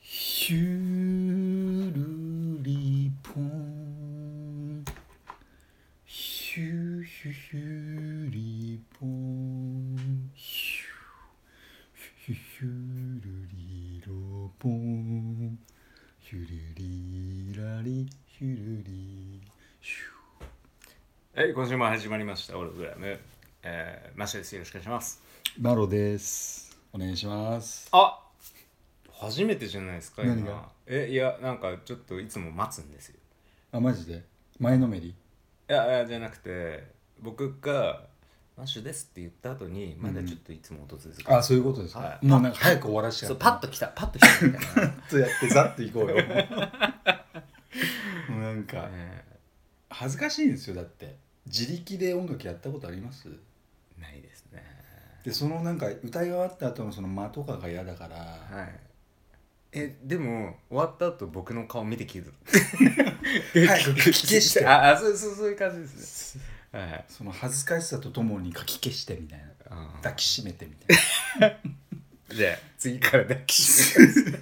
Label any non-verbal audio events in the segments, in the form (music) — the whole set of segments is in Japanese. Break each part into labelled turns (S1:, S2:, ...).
S1: キュルリポンヒューヒューヒューリポンヒューヒューヒュールリロポンヒュルリラリヒュルリヒュー
S2: はい、今週も始まりました、オログラム。えー、マシです。よろしくお願いします。
S1: マロですお願いします
S2: あ初めてじゃないですか、
S1: 何が
S2: 今。え、いや、なんかちょっといつも待つんですよ。
S1: あマジで前のめり
S2: いや、いやじゃなくて、僕が、マッシュですって言った後に、まだちょっといつも訪れず、
S1: あそういうことですか、
S2: はい
S1: もうなんか早く終わらしちゃ
S2: そうう、パッと来た、パッと来たみたいな。
S1: ちょっとやってざっと行こうよもう (laughs) なんか
S2: (laughs) え
S1: 恥ずかしいんですよだって自力で音楽やったことあります
S2: ーないですね。
S1: でそのなんか歌い終わった後のその間とかが嫌だから、
S2: はい。え、でも、終わった後僕の顔見て聞いた。
S1: (laughs)
S2: (laughs)
S1: 早く聞き消して
S2: あ、あそうそうそういう感じですね。はい。
S1: その恥ずかしさとともにかき消してみたいな
S2: うん
S1: 抱きしめてみたい
S2: じゃあ次か
S1: (laughs)
S2: ら抱きしめます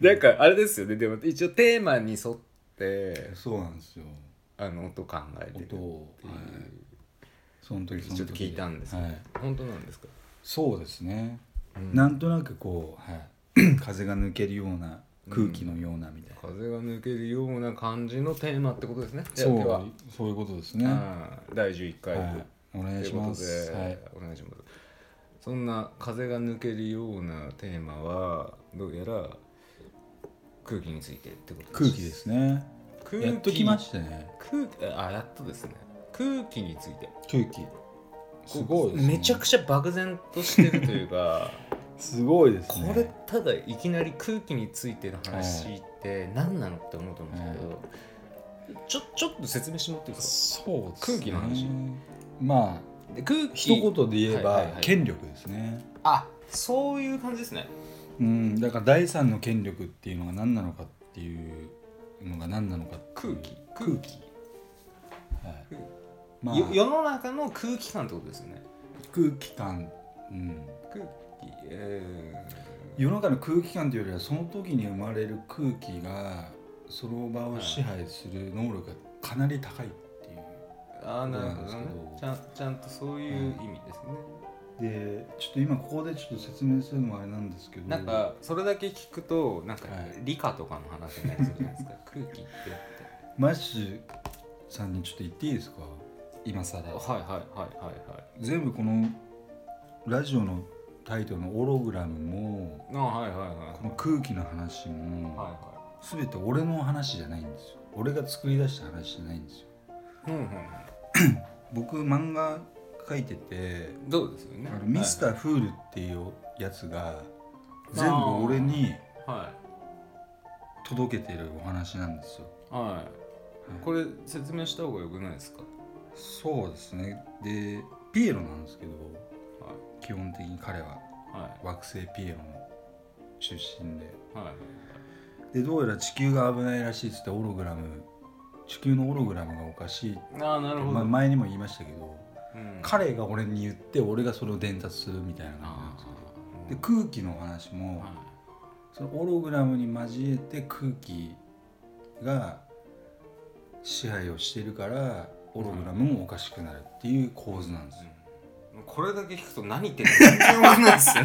S2: なんかあれですよねでも一応テーマに沿って
S1: なそうなんですよ
S2: あの音考えてる
S1: 音を、
S2: うん
S1: はいその時その時
S2: ちょっと聞いたんですけど
S1: はい、
S2: 本当なんですか、
S1: そうですね、
S2: うん
S1: なんとなくこう、はい、 (clears throat) 風が抜けるような空気のようなみたいな、
S2: 風が抜けるような感じのテーマってことですねじゃあ
S1: そう
S2: では、
S1: そういうことですね、
S2: うん第11回、
S1: はい、お
S2: と
S1: 願い
S2: いう
S1: し
S2: こ
S1: ま。
S2: とです
S1: はい、
S2: お願いしますそんな風が抜けるようなテーマはどうやら空気についてってこと
S1: 空気ですね。
S2: 空気
S1: やっときましたね。
S2: 空気あやっとですね空気について
S1: 空気。すごいです、ね。
S2: めちゃくちゃ漠然としてるとい
S1: (laughs)
S2: うか
S1: すごいです
S2: こ
S1: ね。
S2: れただいきなり空気についての話って何なのって思うと思うんですけど、ちょちょっと説明してもらっていいです
S1: そうです、ね。
S2: 空気の話。
S1: まあ
S2: かで空気
S1: 一言で言えば、
S2: はいはいはい
S1: 権力ですね。
S2: あそういう感じですね
S1: うん、だから第三の権力っていうのが何なのかっていうのが何なのかってい
S2: 空
S1: う
S2: 気空気、
S1: はい
S2: 空気。
S1: まあ
S2: よ世の中の空気感ってことですよね
S1: 空気感、うん、
S2: 空気え
S1: 世の中の空気感というよりはその時に生まれる空気がその場を支配する能力がかなり高いっていう。
S2: ー、あーなるほど
S1: そう
S2: ね
S1: なんですけど
S2: ちゃんちゃんとそういう意味ですね、
S1: でちょっと今ここでちょっと説明するのはあれなんですけど
S2: なんかそれだけ聞くとなんか
S1: はい
S2: 理科とかの話になりそうじゃない (laughs) ですか空気ってって
S1: マッシュさんにちょっと言っていいですか今更
S2: はいはいはいはいはい
S1: 全部このラジオのタイトルの「オログラム」も
S2: あはいはいはい
S1: この空気の話も、
S2: はい
S1: 全て俺の話じゃないんですよ俺が作り出した話じゃないんですよ
S2: はいうんうんうん
S1: 僕漫画描いてて
S2: そうですよね
S1: あのミスタ
S2: ー
S1: ー・フールっていうやつが全部俺に
S2: は
S1: 届けてるお話なんですよ
S2: いはいこれ説明した方がよくないですか
S1: そうですねでピエロなんですけど
S2: は
S1: 基本的に彼はい
S2: は
S1: 惑星ピエロの出身で
S2: いはい
S1: でどうやら地球が危ないらしいっつってオログラム地球のオログラムがおかしいって、
S2: ああなるほ
S1: まあ、
S2: ど
S1: 前にも言いましたけど
S2: うん
S1: 彼が俺に言って俺がそれを伝達するみたいな感じなん
S2: あ
S1: ですよ
S2: ー
S1: で空気のお話も、
S2: はい
S1: そのオログラムに交えて空気が支配をしてるからオログラムもおかしくなるっていう構図なんですよ。
S2: うんこれだけ聞くと何言ってんの全然わかんないですよ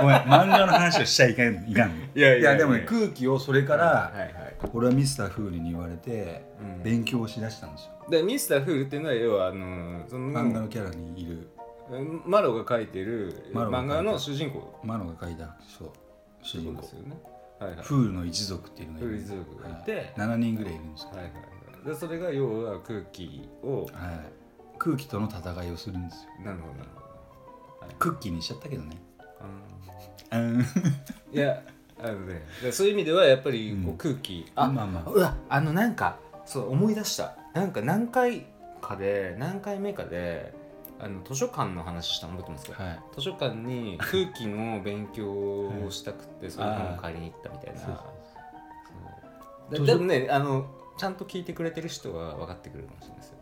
S1: ごめん漫画の話をしちゃいかんいかんの。
S2: (laughs) いや
S1: いやでもね空気をそれか
S2: は
S1: ら
S2: いはい
S1: 俺はミスターフールに言われて
S2: うん
S1: 勉強をしだしたんですよ。
S2: でミスターフールっていうのは要はあのその
S1: 漫画のキャラにいる
S2: マロが描いてる
S1: マロが描い
S2: 漫
S1: た
S2: 画の主人公
S1: マロが描いたそう主人
S2: で
S1: 公
S2: すよね。はいはい。
S1: フールの一族っていうのがい
S2: フ
S1: る
S2: ルリズムがいて、はい
S1: 7人ぐらいいるんですけど、
S2: は
S1: はい
S2: いはい。でそれが要は空気を
S1: 空気との戦いをするんですよ。
S2: なるほどなる
S1: クッキーにしちゃったけどね。
S2: ほど。
S1: うん
S2: うんいやあのね、でそういう意味ではやっぱりこ
S1: うん
S2: う空気、あ、
S1: まあまあ
S2: うわあのなんかそう思い出したなんか何回かで何回目かであの図書館の話したの覚えてますか、
S1: はい。
S2: 図書館に空気の勉強をしたくて、そういう本を借りに行ったみたいな。そ
S1: 図書
S2: うででもねあのちゃんと聞いてくれてる人は分かってくれるかもしれないですよ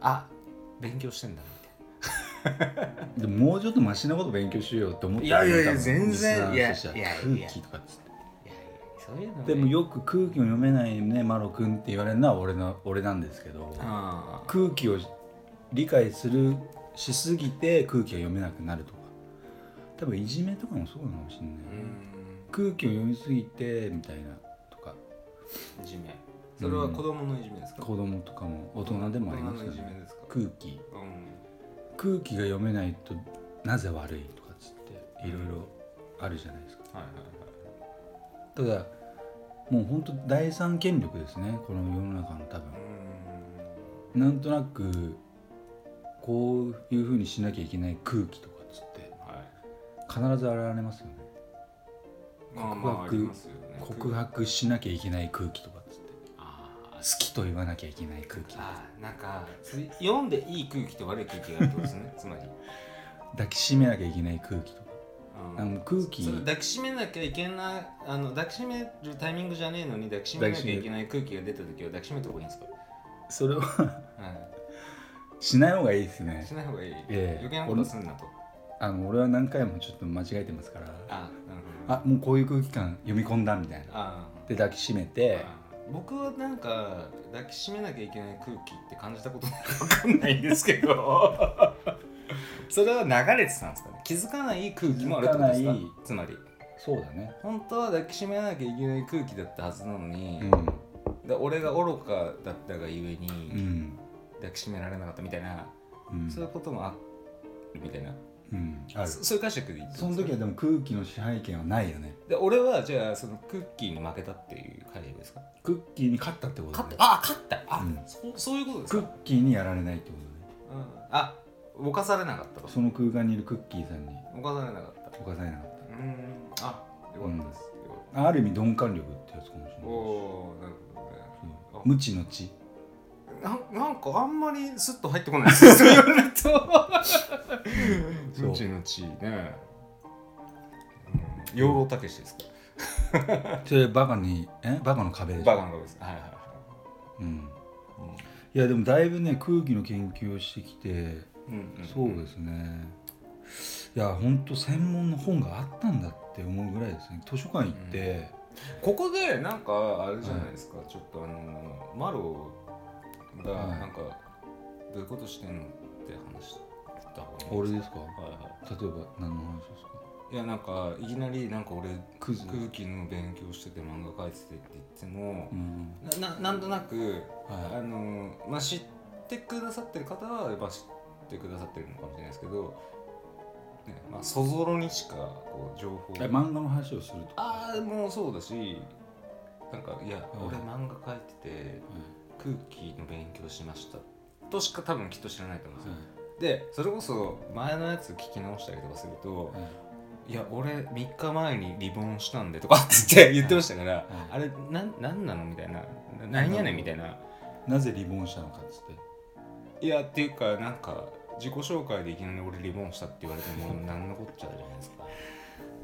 S2: あ勉強してんだなみ
S1: でももうちょっとマシなこと勉強しようよって思って
S2: いやいやいや
S1: 多分
S2: 全然
S1: リスナーの人たちはい
S2: やいやいや
S1: 空気とかっつって
S2: たいなそういうのね
S1: でもよく空気を読めないねマロ君って言われるのは俺の俺なんですけど
S2: ああ
S1: 空気を理解するしすぎて空気が読めなくなるとか多分いじめとかもそうなのかもしれない、
S2: うん
S1: 空気を読みすぎてみたいなとか
S2: いじめそれは子供のいじめですか、
S1: 子供とかも大人でもありますよ
S2: 大人のいじ
S1: ね
S2: めですか
S1: 空気
S2: うん
S1: 空気が読めないとなぜ悪いとかっつっていろいろあるじゃないですか
S2: はいはい
S1: ただもう本当第三権力ですねこの世の中の多分
S2: はいうん
S1: なんとなくこういうふうにしなきゃいけない空気とかっつって
S2: はい
S1: 必ず現れますよね
S2: まあ
S1: 告白
S2: まあありますよね
S1: 告白しなきゃいけない空気とかっつって
S2: ああ
S1: 好きと言わなきゃいけない空気
S2: あーなんかつ読んでいい空気と悪い空気があるってことで
S1: (laughs)
S2: すねつまり、
S1: 抱きしめなきゃいけない空気とか
S2: う
S1: あ
S2: ん、
S1: の空気
S2: それ抱きしめなきゃいけないあの抱きしめるタイミングじゃねえのに抱きしめなきゃいけない空気が出た時は抱きしめた方がいいんですか、
S1: それは
S2: う
S1: しない方がいいです
S2: ん、
S1: ね
S2: しない方がいい、
S1: え
S2: 余計なことすんなと
S1: あの俺は何回もちょっと間違えてますから
S2: あなるほど
S1: あもうこういう空気感読み込んだみたいな
S2: あ
S1: で抱きしめて
S2: ー僕はなんか抱きしめなきゃいけない空気って感じたことないか分かんないんですけど
S1: (laughs)
S2: それは流れてたんですかね気づかない空気もあるってことです
S1: 気づか
S2: か
S1: ない
S2: つまり
S1: そうだね
S2: 本当は抱きしめなきゃいけない空気だったはずなのに
S1: う、ん
S2: で俺が愚かだったがゆえ
S1: う
S2: に
S1: ん
S2: 抱きしめられなかったみたいな、
S1: うん
S2: そういうこともあるみたいな、
S1: うんある
S2: そそういう解釈でいいってこと
S1: その
S2: です
S1: 時
S2: か
S1: はでも空気の支配権はないよね
S2: で俺はじゃあそのクッキーに負けたっていう解釈ですか
S1: クッキーに勝ったってこと
S2: 勝っ
S1: ね
S2: たあ勝ったあ、
S1: うん
S2: そそういうことです
S1: ク
S2: か、
S1: ッキーにやられないってこ
S2: うんあぼかされなかった
S1: と
S2: と
S1: ねその空間にいるクッキーさんに
S2: ぼかされなかった
S1: 侵されなかっ
S2: うーんあよかったです、よかった
S1: ある意味鈍感力ってやつかもしれない
S2: たおおーなるほどね
S1: そう無知の知
S2: なんなんかあんまりスッと入ってこないですね (laughs) そう言われる
S1: そ
S2: と
S1: う
S2: うちのちねうん養老たけしですか
S1: それバカにえバカの壁でしょ
S2: バカの顔ですはいはいはい
S1: うんいやでもだいぶね空気の研究をしてきて
S2: うんうん
S1: そうですねいやほんと専門の本があったんだって思うぐらいですね図書館行って、
S2: ここでなんかあれじゃないですか、ちょっとあのマロが
S1: はい
S2: なんかどういうことしてんのって話した方がいい
S1: 俺
S2: です
S1: ですか
S2: かはいは
S1: 例えば何の話ですか
S2: いいやなんかいきなりなんか俺
S1: クズ
S2: 空気の勉強してて漫画描いててって言っても
S1: う、ん
S2: なななんとなくあ
S1: は
S2: のまあ知ってくださってる方はやっぱ知ってくださってるのかもしれないですけど、ねまあ、そぞろにしかこう情報
S1: いえ漫画の話をするとか
S2: ああもうそうだしなんかいや、
S1: うん
S2: 俺漫画描いてて空気の勉強しましたとしか多分きっと知らないと思うんですよ、でそれこそ前のやつ聞き直したりとかすると
S1: はいはい
S2: 「いや俺3日前にリボンしたんで」とかって言って言ってましたから、
S1: うん
S2: あれなんなんなのみたいなな何やねんみたいな。
S1: なぜリボンしたのかっつって
S2: いやっていうかなんか自己紹介でいきなり俺リボンしたって言われて (laughs) も何のこっちゃじゃないですか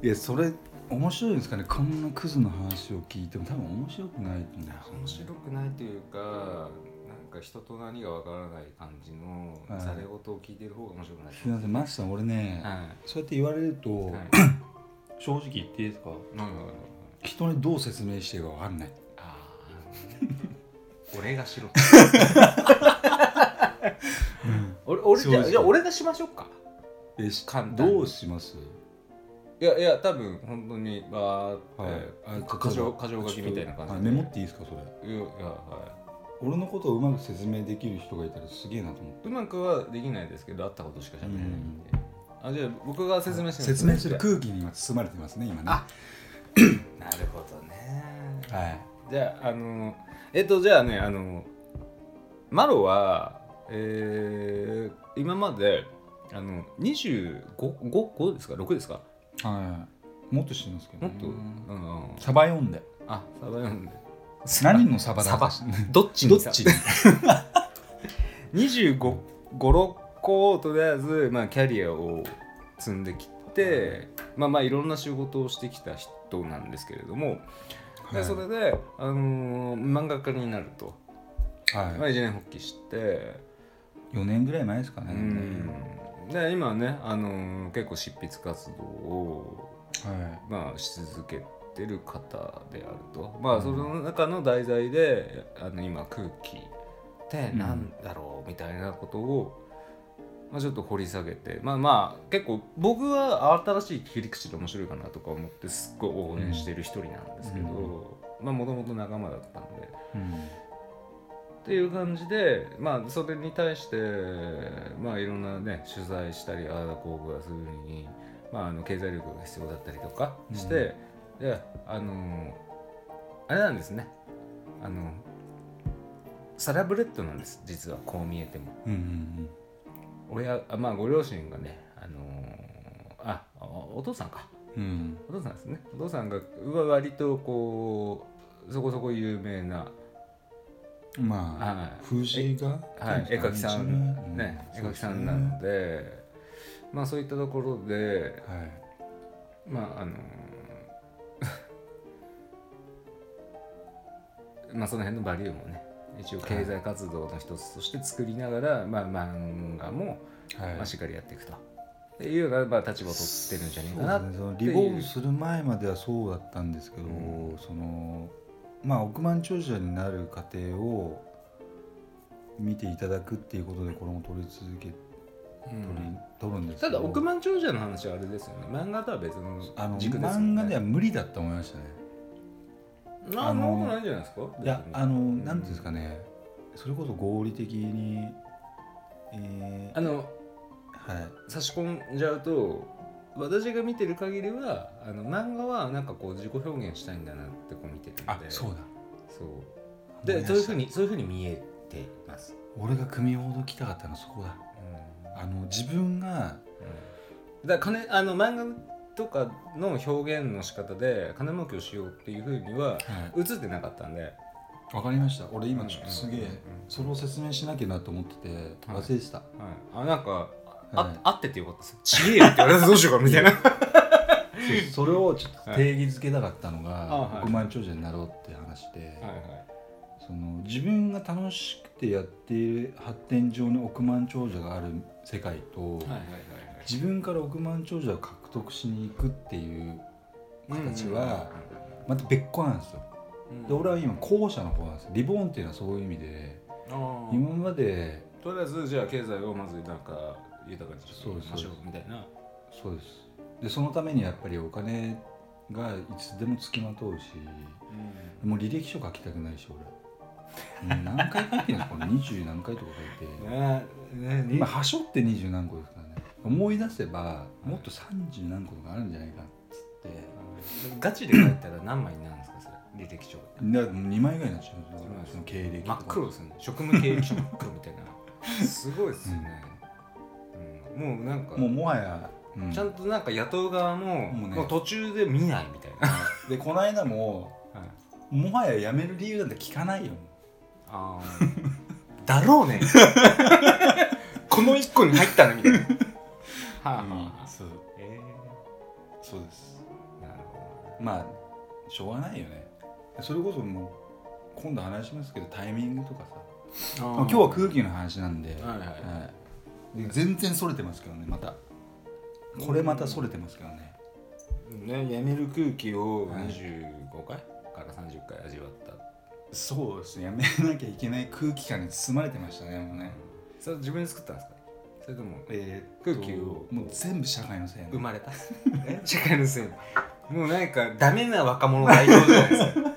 S1: いやそれ面白いんですかねこんなクズの話を聞いても多分面白くないと思うんですよね
S2: 面白くないというかなんか人と何がわからない感じの
S1: はい
S2: ざれ言を聞いてる方が面白くないです
S1: すみませんマッシュさん俺ね、
S2: は
S1: そうやって言われると、
S2: い、はい、
S1: 正直言っていいですか
S2: なんだろう
S1: 人にどう説明していいか分かんない
S2: ああ (laughs) 俺がしろ俺俺じゃあ
S1: 正直
S2: じゃあ俺がしましょうか
S1: えし
S2: 簡単に
S1: どうします
S2: いやいや多分本当にバーって、
S1: あ
S2: 箇条箇条書きみたいな感じで
S1: あメモっていいですかそれ
S2: いやいやはい
S1: 俺のことをうまく説明できる人がいたらすげえなと思って
S2: うまくはできないですけど会ったことしか喋れないんで、あじゃあ僕が説明して
S1: 説明する空気に今包まれてますね今ね
S2: あなるほどね
S1: はい
S2: じゃああのえっとじゃあねあのマロはえー、今まであの255ですか6ですか
S1: はいもっと知りますけど
S2: もっ
S1: ね
S2: と、うん、
S1: サバ読んで
S2: あサバ読んで
S1: 何のサバだ
S2: サバどっ
S1: (laughs)
S2: ち
S1: ど
S2: に
S1: っ
S2: さ
S1: ち
S2: 256個をとりあえず、まあ、キャリアを積んできて、まあまあいろんな仕事をしてきた人なんですけれども、
S1: は
S2: で
S1: い
S2: それで、あのー漫画家になると、ま
S1: は
S2: あ、一年発起して、
S1: い4年ぐらい前ですかね
S2: うんで今ね、あのー結構執筆活動を、
S1: は
S2: まあ、し続けってる方であるとまあその中の題材であの今空気ってなんだろうみたいなことを、まあ、ちょっと掘り下げてまあまあ結構僕は新しい切り口で面白いかなとか思ってすっごい応援してる一人なんですけど、まあもともと仲間だったので。
S1: うん
S2: っていう感じで、まあ、それに対して、まあ、いろんなね取材したりああだこうだするに、まあ、あの経済力が必要だったりとかして、であのあれなんですねあのサラブレッドなんです実はこう見えても
S1: うんうん
S2: 親あまあご両親がねあのあおお父さんか
S1: うんうん
S2: お父さんですねお父さんが割とこうそこそこ有名な
S1: ま
S2: は
S1: あ
S2: い
S1: 藤井が
S2: はい、絵描きさ、
S1: うん
S2: ね、絵描きさんなの
S1: で
S2: で、まあそういったところで、
S1: すねはい
S2: まああの (laughs) ーまあその辺のバリューもね、一応経済活動の一つとして作りながら、まあ漫画も、
S1: はい
S2: まあ、しっかりやっていくと。っていうような、まあ、立場を取ってるんじゃないかな
S1: そうですねその
S2: ってい
S1: リ
S2: う
S1: ボーンする前まではそうだったんですけど、
S2: うん
S1: そのまあ億万長者になる過程を見ていただくっていうことでこれも取り続け
S2: うん
S1: 取り取るんです
S2: た
S1: けど
S2: だ億万長者の話はあれですよね漫画とは別の
S1: あの、
S2: 軸ですよね
S1: 漫画では無理だと思いましたね
S2: あ
S1: あ
S2: んな
S1: の
S2: ことないんじゃないですか
S1: いや
S2: 別に
S1: あの
S2: ん
S1: なんていうんですかねそれこそ合理的にえー
S2: あの
S1: はい
S2: 差し込んじゃうと私が見てる限りはあの漫画はなんかこう自己表現したいんだなってこう見てる
S1: あ
S2: んで
S1: そうだ
S2: そうでそういうふう
S1: に
S2: にそういうふうに見えています、
S1: 俺が組ほど来たかったのはそこだあの自分が
S2: うん、だから金あの漫画とかの表現の仕方で金儲けをしようっていうふうには
S1: はい
S2: 映ってなかったんで
S1: わかりました俺今ちょっ
S2: うん
S1: とすげえ
S2: うん
S1: それを説明しなきゃなと思ってて
S2: はい
S1: 忘れてた、
S2: はい、あなんかあ、
S1: はい
S2: あっててよかったですよ「ちげえよ」って言われたらどうしようか
S1: (laughs)
S2: みたいな
S1: そ (laughs) それをちょっと定義づけたかったの
S2: あは
S1: が
S2: い
S1: 億万長者になろうって話で、
S2: はいはい
S1: その自分が楽しくてやっている発展上に億万長者がある世界と、
S2: はいはいはい
S1: 自分から億万長者を獲得しに行くっていう形はまた別個なんですよ
S2: うん
S1: で俺は今後者の方なんですリボーンっていうのはそういう意味で
S2: あー
S1: 今まで
S2: とりあえずじゃあ経済をまずなんか豊かにしていきましょうみたいな
S1: そうですでそのためにやっぱりお金がいつでもつきまとうしもう履歴書書きたくないし俺うん何回書いてるんですかこれ二十何回とか書い (laughs) て
S2: ねねに
S1: 今端折って二十何個ですからね思い出せばもっと三十何個とかあるんじゃないかっつっ
S2: ガチで書いたら何枚になるんですかそれ履歴書が
S1: てだからもう2枚ぐらいになっちゃうんですよその経歴と
S2: 真
S1: か
S2: っ黒ですね職務経歴書真っ黒みたいなすごいですよね、うんもうなんか
S1: もうもはや、うん
S2: ちゃんとなんか雇う側も
S1: もうね
S2: もう途中で見ないみたいな、
S1: でこの間ももはや辞める理由なんて聞かないよ
S2: あー (laughs) だろ
S1: (laughs)
S2: うねこの一個に入ったねみたいなはあ、はあ
S1: そう
S2: え
S1: そうです
S2: ー、なるほど
S1: まあしょうがないよねそれこそもう今度話しますけどタイミングとかさまあ今日は空気の話なんで,、
S2: はいはい
S1: いで全然それてますけどねまたこれまたそれてますけどね
S2: ね、やめる空気を
S1: はい
S2: 25回から30回味わった、
S1: そうですねやめなきゃいけない空気感に包まれてましたねもうね
S2: それ自分で作ったんですかそれとも
S1: えー
S2: 空気を
S1: もう全部社会のせいな
S2: 生まれたえ社会のせいもうなんかダメな若者代表じゃないですか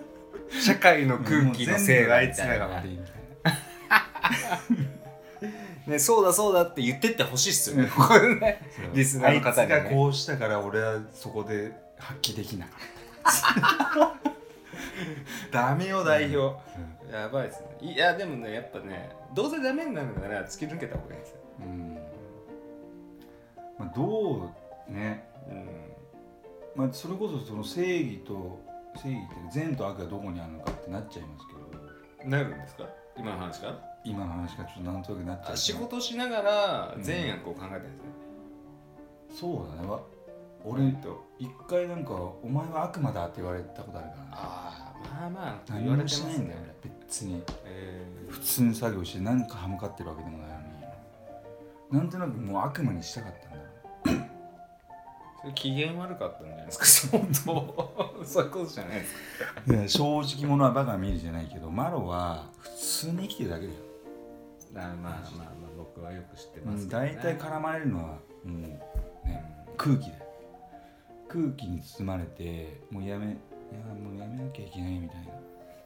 S2: (laughs) 社会の空気のせい
S1: が
S2: だ
S1: あい
S2: み
S1: つ
S2: た
S1: ら
S2: い
S1: が
S2: な
S1: 悪いみたい
S2: ね、そうだそうだって言ってってほしいっすよねここでね
S1: な
S2: リスナーの方にね
S1: あいつがこうしたから俺はそこで発揮できなかっ
S2: ダメよ代表、
S1: た、うん
S2: やばいっすねいやでもねやっぱねどうせダメになるなら突き抜けた方がいいですよ、
S1: うんまあ、どうね、
S2: うん
S1: まあ、それこそその正義と正義って善と悪がどこにあるのかってなっちゃいますけど
S2: なるんですか今の話から
S1: 今の話がちょっとなんとなくなっちゃ
S2: あ
S1: う
S2: 仕事しながら
S1: うん
S2: 善悪を考えてるんですね、
S1: そうだねわ
S2: え
S1: 俺
S2: っと
S1: 一回なんか「お前は悪魔だ」って言われたことあるからね
S2: ああまあまあ
S1: 何もしないんだよ俺別に
S2: え
S1: 普通に作業して何か歯向かってるわけでもないのになんとなくもう悪魔にしたかったんだろう
S2: (laughs) ー、それ機嫌悪かったんじゃないですか相当そういうことじゃないですか
S1: いや正直者はバカ見るじゃないけどマロは普通に生きてるだけだよ
S2: まあまあまあ、まあ、僕はよく知って
S1: う
S2: ます
S1: ん大体、
S2: か
S1: 絡まれるのはもうね空気だよ空気に包まれてもうやめいやもうやめなきゃいけないみたい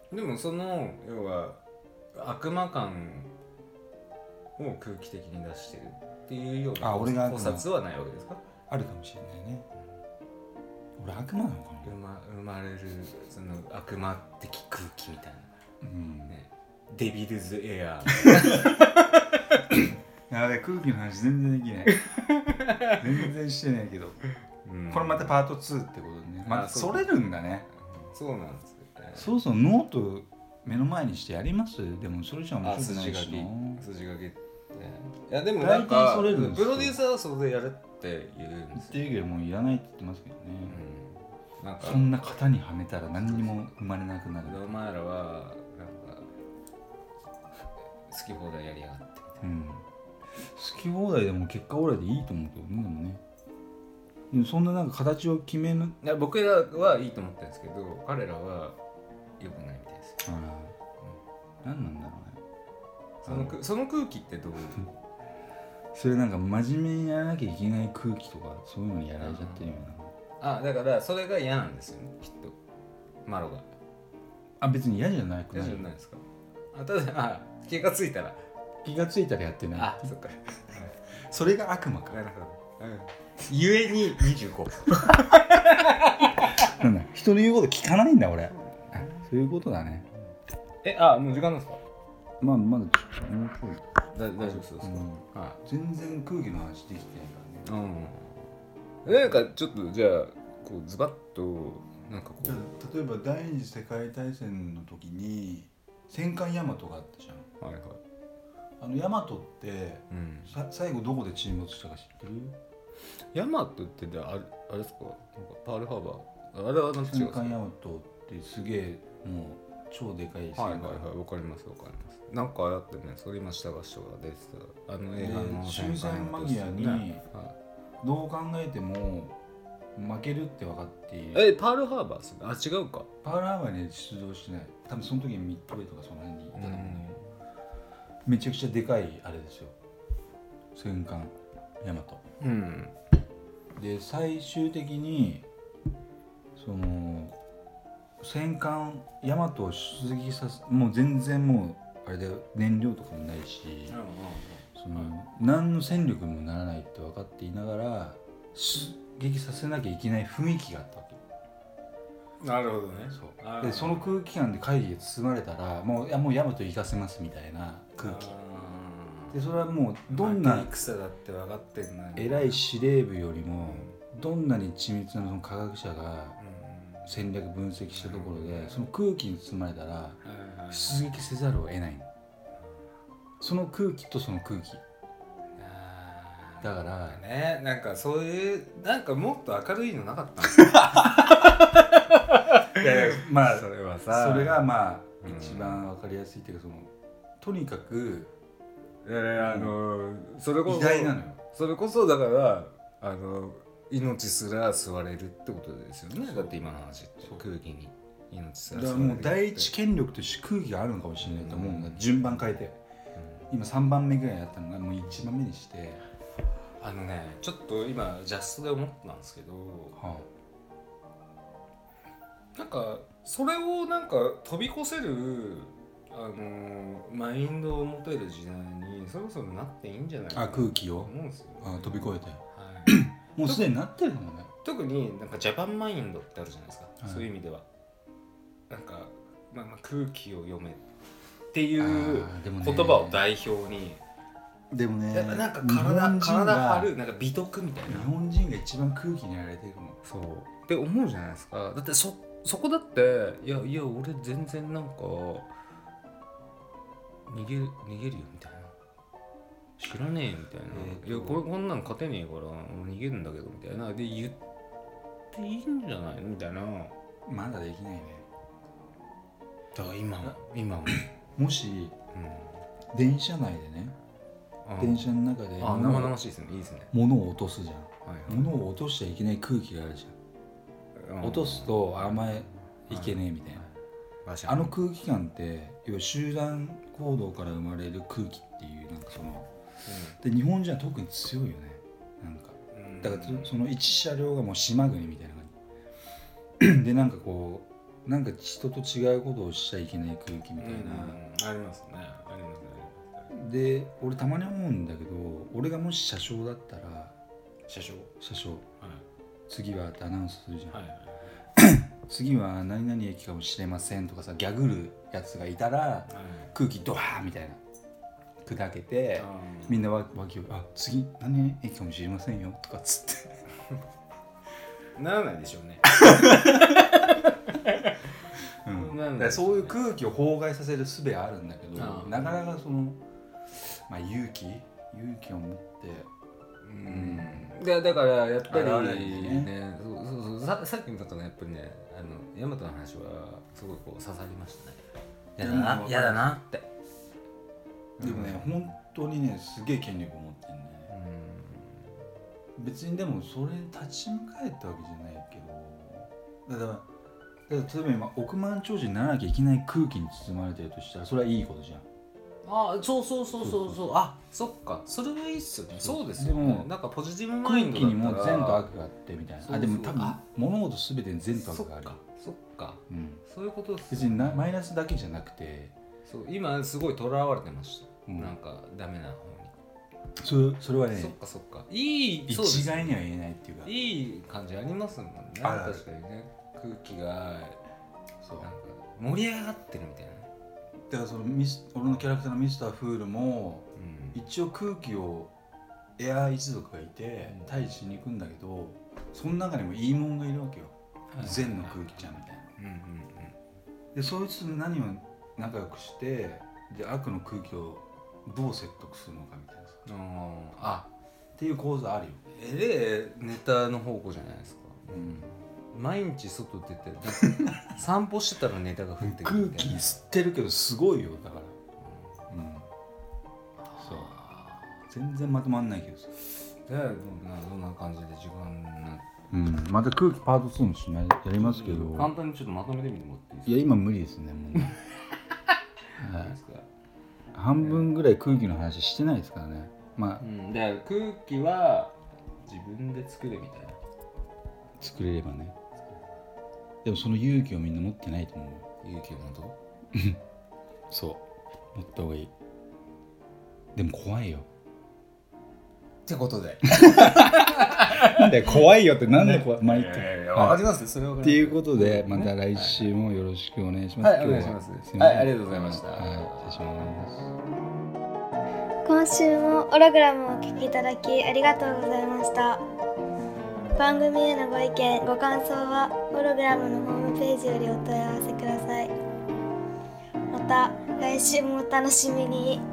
S1: な
S2: でもその要は悪魔感を空気的に出してるっていうような
S1: あ俺が
S2: 考察はないわけですか
S1: あるかもしれないね俺悪魔なのか
S2: 生ま生まれるその悪魔的空気みたい
S1: なうん
S2: なねデビルズエアー
S1: やべ空気の話全然できない
S2: (laughs)
S1: 全然してないけど
S2: うん
S1: これまたパート2ってことでねま
S2: あ
S1: た
S2: そ
S1: そうれるんだね
S2: そうなんですよね
S1: そろそろノート目の前にしてやりますでもそれじゃ
S2: あ
S1: 面白くな
S2: 筋
S1: い
S2: 書
S1: し
S2: き
S1: な
S2: 筋書きっていやでもなん
S1: 大
S2: か
S1: 体それるんです
S2: プ
S1: よ
S2: ロデューサーはそれでやれって言うんですよ、
S1: 言ってるけどもういらないって言ってますけどね、
S2: うん、なんか
S1: そんな型にはめたら何にも生まれなくなる、
S2: お前らはなんか好き放題やりやがって
S1: うん、好き放題でも結果オーライでいいと思うけどねでもねでもそんななんか形を決めぬ
S2: いや僕らはいいと思ったんですけど彼らは良くないみたいです
S1: あら、何なんだろうね
S2: そのくその空気ってどう
S1: それなんか真面目にやらなきゃいけない空気とかそういうのにやられちゃってるような
S2: あだからそれが嫌なんですよねきっとマロが
S1: あ別に嫌じゃなく
S2: 大
S1: ない
S2: 丈夫ないですかあただあ気がついたら
S1: 気がついたらやってない
S2: あそっか
S1: それが悪魔か
S2: なるほど、うん、ゆえに25
S1: なんだ人の言うこと聞かないんだ俺あそういうことだね
S2: えあもう時間なんですか
S1: まあまだちょっと面白い
S2: 大丈夫そうですか、は
S1: 全然空気の話できてない
S2: いうんなんかちょっとじゃあこうズバッとなんかこ
S1: からね例えば第二次世界大戦の時に戦艦ヤマトがあったじゃん
S2: うはいはい
S1: あのヤマトって
S2: うん
S1: さ最後どこで沈没したか知ってる
S2: ヤマトってであれあれですかなんかパールハーバーあれはなんか違
S1: 戦
S2: うんですか
S1: 艦ヤマトってすげえもう超でかい戦艦
S2: はいはいはいわかりますわかりますなんかあってねそれ今下が人が出てたあの映画の
S1: で終
S2: 戦艦
S1: 戦
S2: ヤマ
S1: 間
S2: トです
S1: 際
S2: よ
S1: に、
S2: ねは
S1: どう考えても負けるって分かってい
S2: い
S1: る
S2: えパールハーバーっすねあ違うか
S1: パールハーバーには出動してない多分その時にミッドウェイとかその辺にいたと思うんだけどめちゃくちゃでかいあれですよ戦艦ヤマト
S2: うん
S1: で最終的にその戦艦ヤマトを出撃させもう全然もうあれだよ燃料とかもないしその何の戦力にもならないって分かっていながら出撃させなきゃいけない雰囲気があったわけ
S2: なるほどねあ
S1: そう
S2: ー
S1: でその空気感で会議が包まれたらもういやもうヤマト行かせますみたいな空気でそれはもうどんな
S2: 戦だって分かってんのに
S1: 偉い司令部よりもどんなに緻密なその科学者が戦略分析したところでその空気に包まれたら出撃せざるを得ないのその空気とその空気だから
S2: ねなんかそういうなんかもっと明るいのなかったんですか
S1: (laughs) まあ
S2: それはさ
S1: それがまあ
S2: うん
S1: 一番わかりやすいっていうかそのとにかく
S2: えーあのそれこそ
S1: 偉大なのよ
S2: それこそだからあの命すら吸われるってことですよねだって今の話って
S1: そう
S2: 空気に命す
S1: だ
S2: ら
S1: から
S2: 吸われる
S1: もう
S2: って
S1: 第一権力として空気があるのかもしれないと思うんだ順番変えて
S2: うん
S1: 今3番目ぐらいやったのがもう1番目にして、
S2: あのねちょっと今ジャストで思ったんですけど
S1: は
S2: なんかそれをなんか飛び越せるあのマインドを持てる時代にそろそろなっていいんじゃない
S1: あ、
S2: かな
S1: あ
S2: と
S1: 空気を
S2: 思うんですよ、
S1: あ飛び越えて
S2: はい
S1: (clears throat) もうすでになってるのもね
S2: 特になんかジャパンマインドってあるじゃないですか、
S1: はい
S2: そういう意味ではなんか、まあ、まあ空気を読めってい
S1: あ
S2: う
S1: ーでもね
S2: 言葉を代表に、
S1: でもね
S2: やっぱなんか
S1: 日本
S2: 体
S1: 人が
S2: 体張るなんか美徳みたい
S1: 日
S2: な
S1: 本人が一番空気にやられてるもん
S2: そうって思うじゃないですかだってそそこだっていやいや俺全然なんか逃げる逃げるよみたいな知らねえよみたいな、
S1: えーと
S2: いやこれこんなん勝てねえから俺逃げるんだけどみたいなで言っていいんじゃないのみたいな
S1: まだできないね
S2: だから今は今は、
S1: もし電車内でね
S2: うん、
S1: 電車の中で
S2: あ
S1: 物
S2: 生
S1: を
S2: 々しいですねいいですね、
S1: 物を落とすじゃん
S2: はいはい
S1: 物を落としちゃいけない空気があるじゃん
S2: うん
S1: 落とすとあんまりいけねえみたいな、
S2: わし
S1: あの空気感って要は集団行動から生まれる空気っていうなんかそので日本人は特に強いよねなんか
S2: うん
S1: だからそその一車両がもう島国みたいな感じでなんかこうなんか人と違うことをしちゃいけない空気み
S2: う
S1: たい
S2: ん
S1: な、
S2: ありますねありますねありま
S1: で俺たまに思うんだけど俺がもし車掌だったら
S2: す車掌
S1: 車掌
S2: はい
S1: 次はってアナウンスするじゃん、
S2: はいはい
S1: 次は何々駅かもしれませんとかさギャグるやつがいたら
S2: は
S1: 空気ドワーみたいな砕けて
S2: い
S1: みんなわわきをあ次何々駅かもしれませんよとかっつって
S2: ならないでしょうね
S1: うんだか
S2: なんで
S1: ら
S2: すね
S1: そういう空気を妨害させる術があるんだけど
S2: ああ
S1: なかなかその、まあ、勇気勇気を持って
S2: うんでだからやっぱり
S1: 現れる
S2: ね
S1: ね
S2: そうそうそうささっきのだとねやっぱりねあの大和の話はすごいこう刺さりましたねやだ
S1: で
S2: な
S1: も
S2: やだなって
S1: でもね、本当にねすげえ権力を持ってるね別にでもそれに立ち向かえたわけじゃないけどだからだから例えば今億万長者にならなきゃいけない空気に包まれてるとしたらそれはいいことじゃん
S2: あそうそうそうそうそうあそっかそれはいいっすよね
S1: そう
S2: そうですよね
S1: でも
S2: なんかポジティブマ
S1: 空
S2: イ
S1: 気
S2: ンド
S1: に
S2: だ
S1: も
S2: ったら
S1: 善と悪があってみたいな
S2: そうそう
S1: あでも多分
S2: あ
S1: 物事全てに善と
S2: そっ
S1: 悪がある
S2: かそっか
S1: うん、
S2: そういうことです
S1: 別になマイナスだけじゃなくて
S2: そう今すごいとらわれてました、
S1: うん
S2: なんかダメな方
S1: そそれは
S2: に、
S1: ね
S2: そっかそっかいいそうです
S1: 一概には言えないっていうか
S2: いい感じありますもんね
S1: あるある
S2: 確かにね空気が
S1: そう
S2: なんか盛り上がってるみたいな、
S1: だからそのミス俺のキャラクターのミスターフールも
S2: うん
S1: 一応空気をエアー一族がいて
S2: うん
S1: 退治しに行くんだけどその中にもいいもんがいるわけよ
S2: はい
S1: 善の空気ちゃんみたいな
S2: うんうん
S1: でそいつと何を仲良くしてで悪の空気をどう説得するのかみたいなさ
S2: うんうんあ
S1: っていう構図あるよ
S2: えれえネタの方向じゃないですか、
S1: うん
S2: 毎日外出て
S1: (laughs)
S2: なんか散歩してたらネタが降ってく
S1: 空
S2: るみた
S1: 気
S2: いな
S1: 吸ってるけどすごいよだからうんそう全然まとまんないけどさ
S2: でまあそんな感じで時間になって
S1: うん、また空気パート2もしないやりますけど、
S2: 簡単にちょっとまとめてみてもらって
S1: い
S2: いい
S1: や
S2: です
S1: 今無理ですねもう (laughs) ね
S2: か
S1: はい
S2: いいですか
S1: 半分ぐらい空気の話してないですからねま
S2: う
S1: あ
S2: ん、で空気は自分で作るみたいな
S1: 作れればねでもその勇気をみんな持ってないと思うよ
S2: 勇気を持とう
S1: そう持った方がいいでも怖いよ
S2: ってことで
S1: なんだよ怖いよってなんで怖い毎
S2: いやいや
S1: 回
S2: いや
S1: はい
S2: りますよそれはわか
S1: っ
S2: り
S1: て
S2: ます
S1: いうことでまた来週もよろしくお願いします、
S2: はいお願いします
S1: 今日
S2: はいありがとうございました
S1: はい失礼します
S3: 今週もオログラムをお聴きいただきありがとうございました番組へのご意見ご感想はオログラムのホームページよりお問い合わせくださいまた来週もお楽しみに